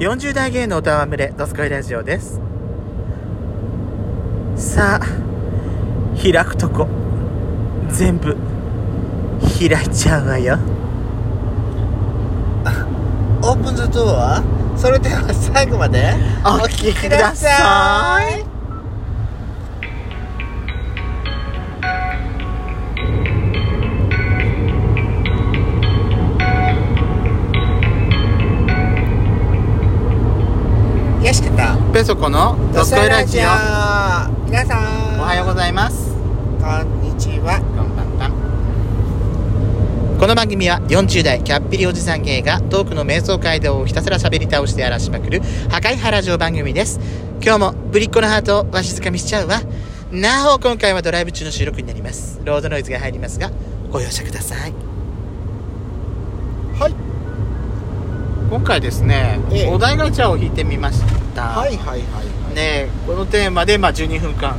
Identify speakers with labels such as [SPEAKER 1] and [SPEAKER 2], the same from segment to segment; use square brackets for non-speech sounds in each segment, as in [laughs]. [SPEAKER 1] 40代芸の歌は群れドスコイラジオですさあ開くとこ全部開いちゃうわよ
[SPEAKER 2] [laughs] オープンズドアそれでは最後まで
[SPEAKER 1] お聞きください
[SPEAKER 2] よしかた
[SPEAKER 1] ペソコのドスコイラジオ
[SPEAKER 2] 皆さん
[SPEAKER 1] おはようございます
[SPEAKER 2] こんにちは
[SPEAKER 1] こんばんはこの番組は40代キャッピリおじさん芸がトークの瞑想街道をひたすら喋り倒して荒らしまくる破壊原城番組です今日もぶりっ子のハートをわしづかみしちゃうわなお今回はドライブ中の収録になりますロードノイズが入りますがご容赦ください
[SPEAKER 2] はい
[SPEAKER 1] 今回ですね、
[SPEAKER 2] ええ
[SPEAKER 1] お題ガチャを引いてみました
[SPEAKER 2] はいはいはいはい
[SPEAKER 1] ねこのテーマでまあ12分間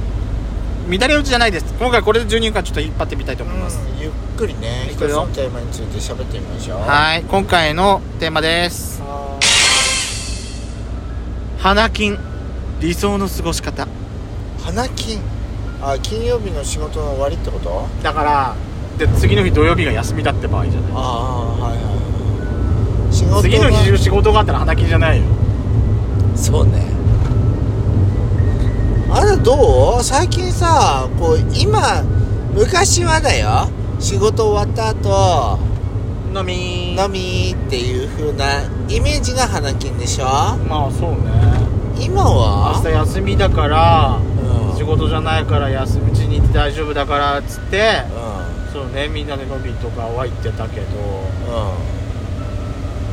[SPEAKER 1] 乱れ打ちじゃないです今回これで12分間ちょっと引っ張ってみたいと思います、
[SPEAKER 2] うんゆっくりね
[SPEAKER 1] い
[SPEAKER 2] 一
[SPEAKER 1] く
[SPEAKER 2] つ
[SPEAKER 1] よ
[SPEAKER 2] のテーマについて喋ってみましょう
[SPEAKER 1] はい今回のテーマです
[SPEAKER 2] は
[SPEAKER 1] 花金理想の過ごし方
[SPEAKER 2] ー花金あ金曜日の仕事の終わりってこと
[SPEAKER 1] だからで次の日土曜日が休みだって場合じゃない
[SPEAKER 2] ああはいはい仕事
[SPEAKER 1] 次の日中仕事があったら花金じゃないよ
[SPEAKER 2] そうねあれどう最近さこう今昔はだよ仕事終わった後
[SPEAKER 1] のみ
[SPEAKER 2] 飲みっていう風なイメージが花金でしょ
[SPEAKER 1] まあそうね
[SPEAKER 2] 今
[SPEAKER 1] 明
[SPEAKER 2] は
[SPEAKER 1] 日休みだから
[SPEAKER 2] うん
[SPEAKER 1] 仕事じゃないから休みうちに行って大丈夫だからっつって
[SPEAKER 2] う
[SPEAKER 1] そうねみんなで飲みとかは行ってたけど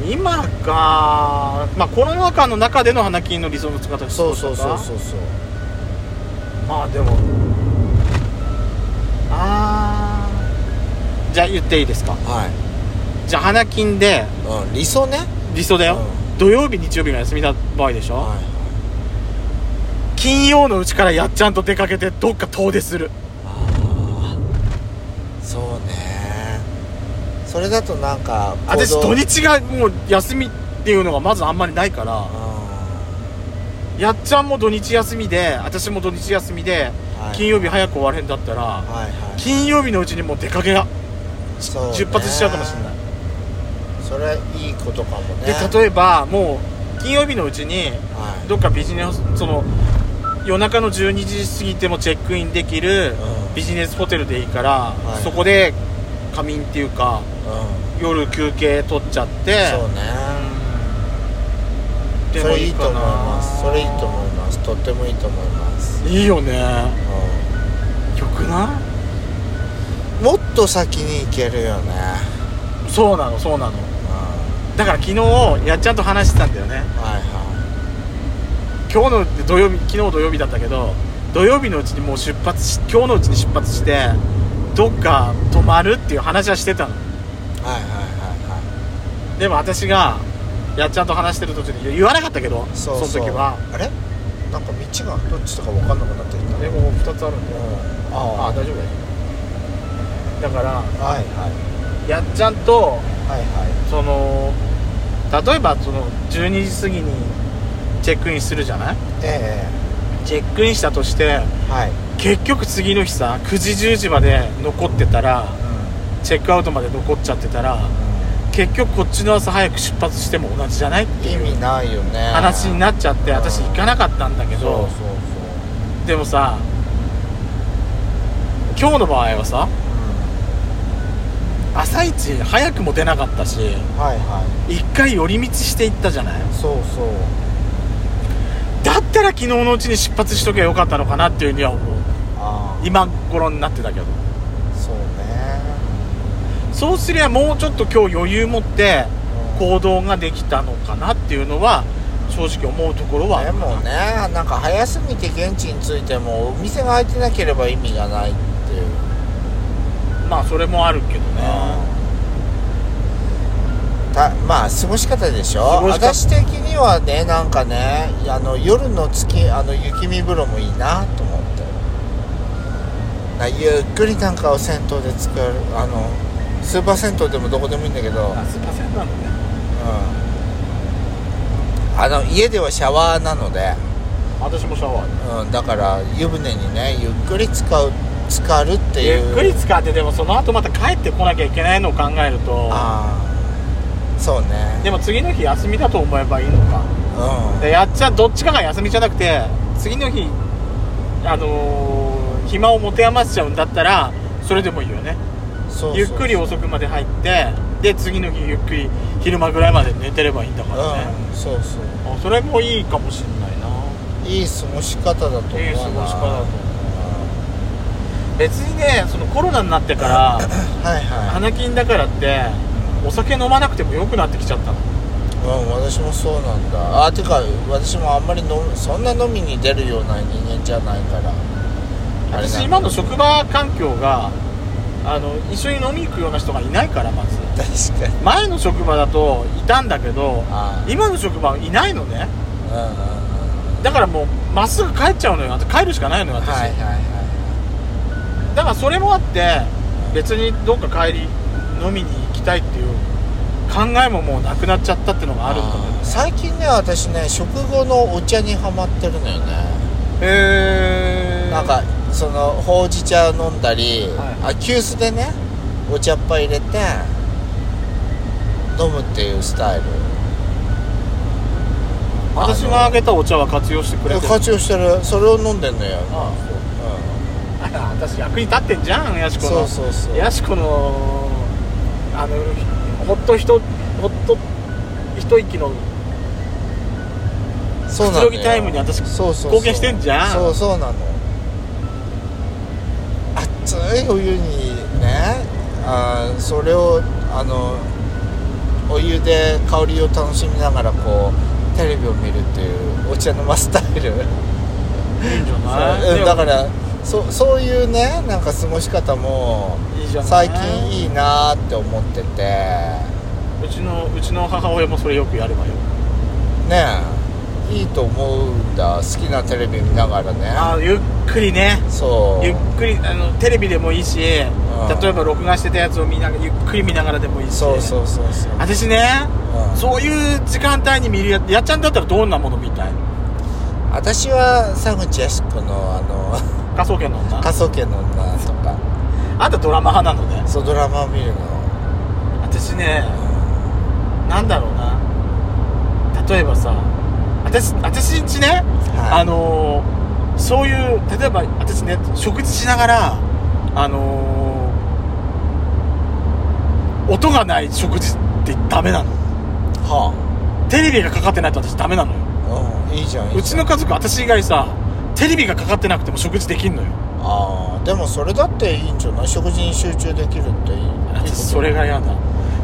[SPEAKER 2] んうん
[SPEAKER 1] 今かまあコロナ禍の中での花金の理想の姿
[SPEAKER 2] そうそうそう
[SPEAKER 1] う
[SPEAKER 2] そうそう
[SPEAKER 1] まあでもああじゃあ言っていいですか
[SPEAKER 2] はい、
[SPEAKER 1] じゃあ花金で
[SPEAKER 2] うん、理想ね
[SPEAKER 1] 理想だよ、
[SPEAKER 2] う
[SPEAKER 1] 土曜日日曜日が休みな場合でしょ、
[SPEAKER 2] はい
[SPEAKER 1] 金曜のうちからやっちゃんと出かけてどっか遠出する
[SPEAKER 2] あーそうねそれだとなんか
[SPEAKER 1] あ私
[SPEAKER 2] 行動
[SPEAKER 1] 土日がもう休みっていうのがまずあんまりないから
[SPEAKER 2] うん
[SPEAKER 1] やっちゃんも土日休みで私も土日休みで
[SPEAKER 2] はい
[SPEAKER 1] 金曜日早く終われへんだったら、
[SPEAKER 2] はいはい
[SPEAKER 1] 金曜日のうちにもう出かけが
[SPEAKER 2] そうね
[SPEAKER 1] 出発しちゃうかもしれない、
[SPEAKER 2] それはいいことかもね
[SPEAKER 1] で例えばもう金曜日のうちに
[SPEAKER 2] はい
[SPEAKER 1] どっかビジネスその夜中の12時過ぎてもチェックインできる
[SPEAKER 2] うん
[SPEAKER 1] ビジネスホテルでいいから、
[SPEAKER 2] い
[SPEAKER 1] そこで仮眠っていうか
[SPEAKER 2] うん
[SPEAKER 1] 夜休憩取っちゃって
[SPEAKER 2] そうねそれいいと思いますそれいいと思いますとってもいいと思います、
[SPEAKER 1] すいいよね
[SPEAKER 2] う、
[SPEAKER 1] よくなん
[SPEAKER 2] もっと先に行けるよね
[SPEAKER 1] いそうなのそうなの
[SPEAKER 2] うんは
[SPEAKER 1] だから昨日やっちゃんと話してたんだよね
[SPEAKER 2] いは
[SPEAKER 1] 今日の土曜日昨日土曜日だったけど土曜日のうちにもう出発し今日のうちに出発してどっか泊まるっていう話はしてたの
[SPEAKER 2] いはいはいはいはい
[SPEAKER 1] でも私がやっちゃんと話してる途中で言わなかったけど
[SPEAKER 2] そうそう
[SPEAKER 1] の時は
[SPEAKER 2] あれなんか道がどっちとか分かんなくなってきたね
[SPEAKER 1] でも2つあるんだよ
[SPEAKER 2] うん
[SPEAKER 1] ああ
[SPEAKER 2] あ
[SPEAKER 1] 大丈夫だよだから
[SPEAKER 2] あはいはい
[SPEAKER 1] やっちゃんと
[SPEAKER 2] はいは
[SPEAKER 1] その例えばその12時過ぎにチェックインするじゃない
[SPEAKER 2] いえ
[SPEAKER 1] チェックインしたとして
[SPEAKER 2] えはい、
[SPEAKER 1] 結局次の日さ9時10時まで残ってたらチェックアウトまで残っちゃってたら結局こっちの朝早く出発しても同じじゃないって
[SPEAKER 2] 意
[SPEAKER 1] いう
[SPEAKER 2] 味ないよね
[SPEAKER 1] 話に
[SPEAKER 2] る
[SPEAKER 1] なっちゃって私行かなかったんだけ
[SPEAKER 2] け
[SPEAKER 1] ど
[SPEAKER 2] そうそうそ
[SPEAKER 1] でもさ今日の場合はさ
[SPEAKER 2] う、
[SPEAKER 1] 朝一早くも出なかったし
[SPEAKER 2] うん、はいは
[SPEAKER 1] 一回寄り道していったじゃない
[SPEAKER 2] いそうそう
[SPEAKER 1] だったら昨日のうちに出発しとけばよかったのかなっていうには思う
[SPEAKER 2] ああ
[SPEAKER 1] 今頃になってたけど
[SPEAKER 2] そうね
[SPEAKER 1] そうすりゃもうちょっと今日余裕持って行動ができたのかなっていうのは正直思うところはあ
[SPEAKER 2] で
[SPEAKER 1] る
[SPEAKER 2] もねなんか早すぎて現地に着いてもお店が開いてなければ意味がないっていう
[SPEAKER 1] まあそれもあるけどね
[SPEAKER 2] たまあ過ごし方でしょ
[SPEAKER 1] 過ごし方
[SPEAKER 2] 私的にはねなんかねあの夜の月あの雪見風呂もいいなと思ってなゆっくりなんかを銭湯で使うあのスーパー銭湯でもどこでもいいんだけど、うん、
[SPEAKER 1] スーパーセンターのね
[SPEAKER 2] あの家ではシャワーなので、
[SPEAKER 1] 私もシャワーで
[SPEAKER 2] うん、だから湯船にねゆっくり使う浸かるって
[SPEAKER 1] ゆ
[SPEAKER 2] いう
[SPEAKER 1] っくり使ってでもその後また帰ってこなきゃいけないのを考えると
[SPEAKER 2] ああそうね
[SPEAKER 1] でも次の日休みだと思えばいいのか
[SPEAKER 2] う
[SPEAKER 1] でやっちゃどっちかが休みじゃなくて次の日あのー暇を持て余しちゃうんだったらそれでもいいよね
[SPEAKER 2] んそうそう
[SPEAKER 1] ゆっくり遅くまで入ってで次の日ゆっくり昼間ぐらいまで寝てればいいんだからね、
[SPEAKER 2] うんそうそう
[SPEAKER 1] あそれもいいかもしんないない
[SPEAKER 2] い過ごし方だと思うない
[SPEAKER 1] い過ごし方だと思う
[SPEAKER 2] う
[SPEAKER 1] 別にねそのコロナになってから
[SPEAKER 2] んはいはい、
[SPEAKER 1] 花金だからってお酒飲まなくても良くなってきちゃったの
[SPEAKER 2] うん、私もそうなんだあてか私もあんまり飲むそんな飲みに出るような人間じゃないからあれなん
[SPEAKER 1] 私
[SPEAKER 2] だ
[SPEAKER 1] 今の職場環境があの一緒に飲み行くような人がいないからまず
[SPEAKER 2] [laughs] 確かに
[SPEAKER 1] 前の職場だといたんだけど
[SPEAKER 2] あ
[SPEAKER 1] 今の職場はいないのね
[SPEAKER 2] あ
[SPEAKER 1] だからもうまっすぐ帰っちゃうのよあと帰るしかないのよ
[SPEAKER 2] うんうんうん
[SPEAKER 1] 私、
[SPEAKER 2] はいはいは
[SPEAKER 1] だからそれもあって別にどっか帰り飲みに行きたいっていう考えももうなくなっちゃったってのがあるんだ
[SPEAKER 2] い最近ね私ね食後のお茶にハマってるのよね
[SPEAKER 1] へえ
[SPEAKER 2] なんかそのほうじ茶飲んだり、
[SPEAKER 1] は
[SPEAKER 2] あ急須でねお茶っ葉入れて飲むっていうスタイル
[SPEAKER 1] 私があげたお茶は活用してくれてる
[SPEAKER 2] 活用してるそれを飲んでんのよ、
[SPEAKER 1] あ
[SPEAKER 2] う
[SPEAKER 1] あら私役に立ってんじゃんやし
[SPEAKER 2] ん、
[SPEAKER 1] こ
[SPEAKER 2] そう
[SPEAKER 1] の
[SPEAKER 2] そうそう
[SPEAKER 1] やしこのあのほっとひとほっと一息の
[SPEAKER 2] そうな
[SPEAKER 1] くつろぎタイムに私
[SPEAKER 2] そうそうそう
[SPEAKER 1] 貢献してんじゃん
[SPEAKER 2] そうそうなの熱いお湯にねあーそれをあのお湯で香りを楽しみながらこうテレビを見るっていうお茶のマスタイ
[SPEAKER 1] い
[SPEAKER 2] ル
[SPEAKER 1] いんじゃない
[SPEAKER 2] うんだかららそそういうねなんか過ごし方も
[SPEAKER 1] いいじゃない
[SPEAKER 2] 最近いいなーって思ってて
[SPEAKER 1] うちのうちの母親もそれよくやるわよ
[SPEAKER 2] ねえいいと思うんだ好きなテレビ見ながらね
[SPEAKER 1] ああゆっくりね
[SPEAKER 2] そう
[SPEAKER 1] ゆっくりあのテレビでもいいし例えば録画してたやつを見ながらゆっくり見ながらでもいいし
[SPEAKER 2] そうそうそうそう
[SPEAKER 1] 私ね
[SPEAKER 2] うん
[SPEAKER 1] そういう時間帯に見るやつやっちゃんだったらどんなもの見たい
[SPEAKER 2] 私は沢口靖子のあの
[SPEAKER 1] 科捜研の
[SPEAKER 2] 「
[SPEAKER 1] 女
[SPEAKER 2] 科捜研の女」とか
[SPEAKER 1] あんたドラマ派なのね
[SPEAKER 2] そうドラマを見るの
[SPEAKER 1] 私ねなんだろうな例えばさ私私んちね、
[SPEAKER 2] はい
[SPEAKER 1] あのーそういう例えば私ね食事しながらあのー音がない食事ってダメなの
[SPEAKER 2] は
[SPEAKER 1] テレビがかかってないと私ダメなのよ
[SPEAKER 2] あうんいいじゃんいいうじ
[SPEAKER 1] ち
[SPEAKER 2] ゃ
[SPEAKER 1] の
[SPEAKER 2] ん
[SPEAKER 1] 家族私以外さテレビがかかってなくても食事できんのよ
[SPEAKER 2] ああでもそれだっていいんじゃない食事に集中できるっていいいいこと
[SPEAKER 1] 私それが嫌だ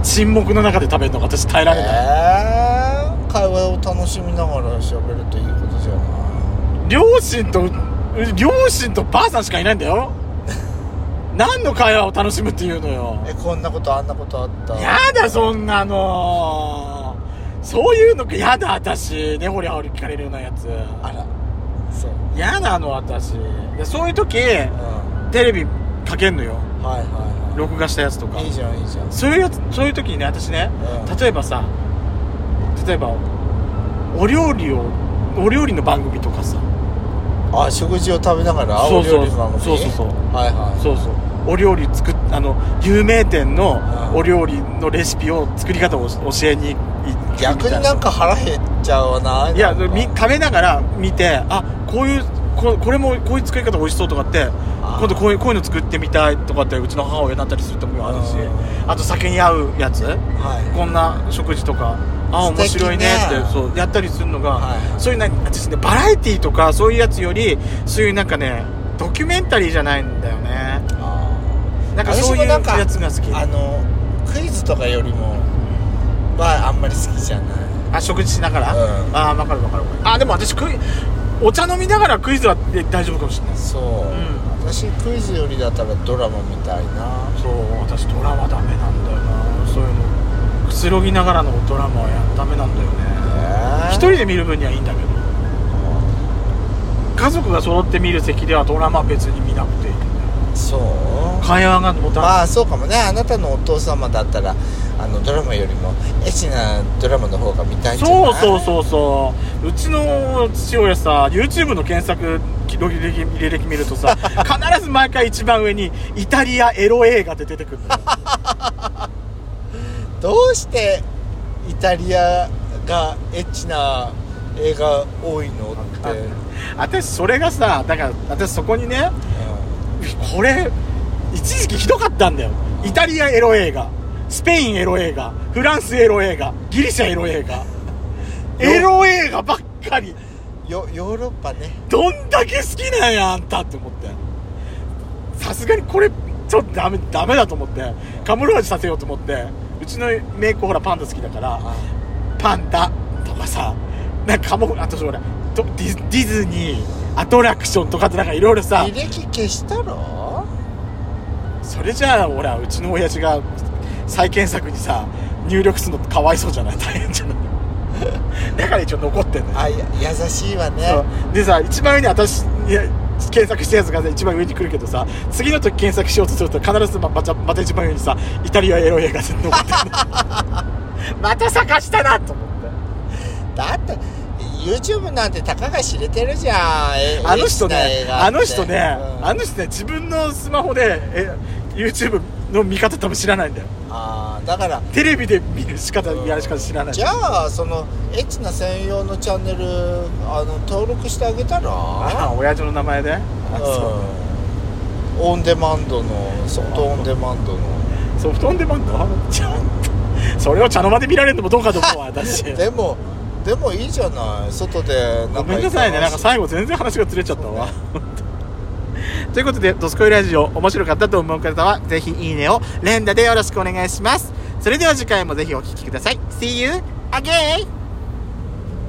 [SPEAKER 1] 沈黙の中で食べるのが私耐えられない、
[SPEAKER 2] えー会話を楽しみながら喋るっていいことじゃな
[SPEAKER 1] 両親と両親とばあさんしかいないんだ
[SPEAKER 2] [laughs]
[SPEAKER 1] よ何の会話を楽しむっていうのよ
[SPEAKER 2] いえこんなことあんなことあった
[SPEAKER 1] やだそんなのそういうのやだ私ねほりはほり聞かれるようなやつ
[SPEAKER 2] あらそう
[SPEAKER 1] やだあの私でそういう時
[SPEAKER 2] うん
[SPEAKER 1] テレビかけんのよ
[SPEAKER 2] はいは
[SPEAKER 1] 録画したやつと
[SPEAKER 2] い
[SPEAKER 1] か
[SPEAKER 2] はいいいじゃんいいじゃん
[SPEAKER 1] そういうやつそういう時にね私ね、
[SPEAKER 2] うん
[SPEAKER 1] 例えばさ例えばお料理をお料理の番組とかさ
[SPEAKER 2] あ食事を食べながら
[SPEAKER 1] そうそう
[SPEAKER 2] お料理番組
[SPEAKER 1] そうそうそう
[SPEAKER 2] はいはい
[SPEAKER 1] そうそうお料理作っあの有名店のお料理のレシピを作り方を教えに行く
[SPEAKER 2] 逆
[SPEAKER 1] みたい
[SPEAKER 2] になんか腹減っちゃうわない
[SPEAKER 1] や
[SPEAKER 2] なんか
[SPEAKER 1] み食べながら見てあこういうここれもこういう作り方美味しそうとかって
[SPEAKER 2] ー
[SPEAKER 1] 今度こういうこういうの作ってみたいとかってうちの母親になったりする時もあるし
[SPEAKER 2] うん
[SPEAKER 1] あと酒に合うやつ
[SPEAKER 2] は
[SPEAKER 1] こんな食事とかあ
[SPEAKER 2] 素敵ね
[SPEAKER 1] 面白いねってそうやったりするのが、
[SPEAKER 2] はい
[SPEAKER 1] そういうなんかですねバラエティーとかそういうやつよりそういうなんかねドキュメンタリーじゃないんだよね
[SPEAKER 2] いあ
[SPEAKER 1] なんか
[SPEAKER 2] 私も
[SPEAKER 1] そういう
[SPEAKER 2] な
[SPEAKER 1] や
[SPEAKER 2] ん
[SPEAKER 1] つ
[SPEAKER 2] か
[SPEAKER 1] が好き
[SPEAKER 2] ーあ
[SPEAKER 1] あ
[SPEAKER 2] のクイズとかよりもはあんまり好きじゃない
[SPEAKER 1] 食事しながら、
[SPEAKER 2] うん
[SPEAKER 1] ああ分かる分かる分かるあでも私クイお茶飲みながらクイズはえ大丈夫かもしれない
[SPEAKER 2] そう、
[SPEAKER 1] ん
[SPEAKER 2] 私クイズよりだったらドラマみたいな
[SPEAKER 1] そう私ドラマダメなんだよなそういうのくつろぎながらのドラマはやダメなんだよね
[SPEAKER 2] えー
[SPEAKER 1] 一人で見る分にはいいんだけど家族が揃って見る席ではドラマ別に見なくていいんだよ
[SPEAKER 2] そう
[SPEAKER 1] 会話が持たない
[SPEAKER 2] まあそうかもねあなたのお父様だったらあのドラマよりもエッチなドラマの方が見たいんじゃな
[SPEAKER 1] そ
[SPEAKER 2] い
[SPEAKER 1] そう
[SPEAKER 2] う
[SPEAKER 1] そうそううちの父親さ YouTube の検索履歴履歴見るとさ必ず毎回一番上にイタリアエロ映画って出てくるのよ
[SPEAKER 2] どうしてイタリアがエッチな映画多いのって、うん
[SPEAKER 1] 私それがさだから私そこにねこれ一時期ひどかったんだよイタリアエロ映画スペインエロ映画フランスエロ映画ギリシャエロ映画エロ映画ばっかり
[SPEAKER 2] よヨーロッパね
[SPEAKER 1] どんだけ好きなんやあんたって思ってさすがにこれちょっとダメダメだと思ってカムロージュさせようと思ってうちのメイクほらパンダ好きだからパンダとかさなんかカモあとほらとディズディズニーアトラクションとかってなんかいろいろさ
[SPEAKER 2] 履歴消したろ
[SPEAKER 1] それじゃあほらうちの親父が再検索にさ入力するのってかわいそうじゃない [laughs] 大変じゃないだから一応残ってんのよ
[SPEAKER 2] あや優しいわね
[SPEAKER 1] そうでさ一番上に私いや検索したやつがね一番上に来るけどさ次の時検索しようとすると必ずままたまた一番上にさイタリアエロ映画って残ってるの [laughs] また探したなと思って
[SPEAKER 2] だって YouTube なんてたかが知れてるじゃんえ
[SPEAKER 1] あの人
[SPEAKER 2] エッチな映
[SPEAKER 1] ね
[SPEAKER 2] 画って
[SPEAKER 1] あの人ね、
[SPEAKER 2] うん
[SPEAKER 1] あの人ね自分のスマホでえ YouTube の見方多分知らないんだよ
[SPEAKER 2] あーだから
[SPEAKER 1] テレビで見る仕方やるしか知らない
[SPEAKER 2] じゃあそのエッチな専用のチャンネルあの登録してあ
[SPEAKER 1] [laughs]
[SPEAKER 2] げたら
[SPEAKER 1] ああ親父の名前であそ
[SPEAKER 2] うんオンデマンドのソフトオンデマ
[SPEAKER 1] [laughs]
[SPEAKER 2] ンドの
[SPEAKER 1] うソフトオンデマンドちょっとそれを茶の間で見られるのもどうかと [laughs] 思うわ私
[SPEAKER 2] でもでもいいじゃない外で
[SPEAKER 1] ごめんなさいねなんか最後全然話がずれちゃったわ [laughs] ということで「ドスコイラジオ」面白かったと思う方はぜひいいねを連打でよろしくお願いしますそれでは次回もぜひお聴きください See you again!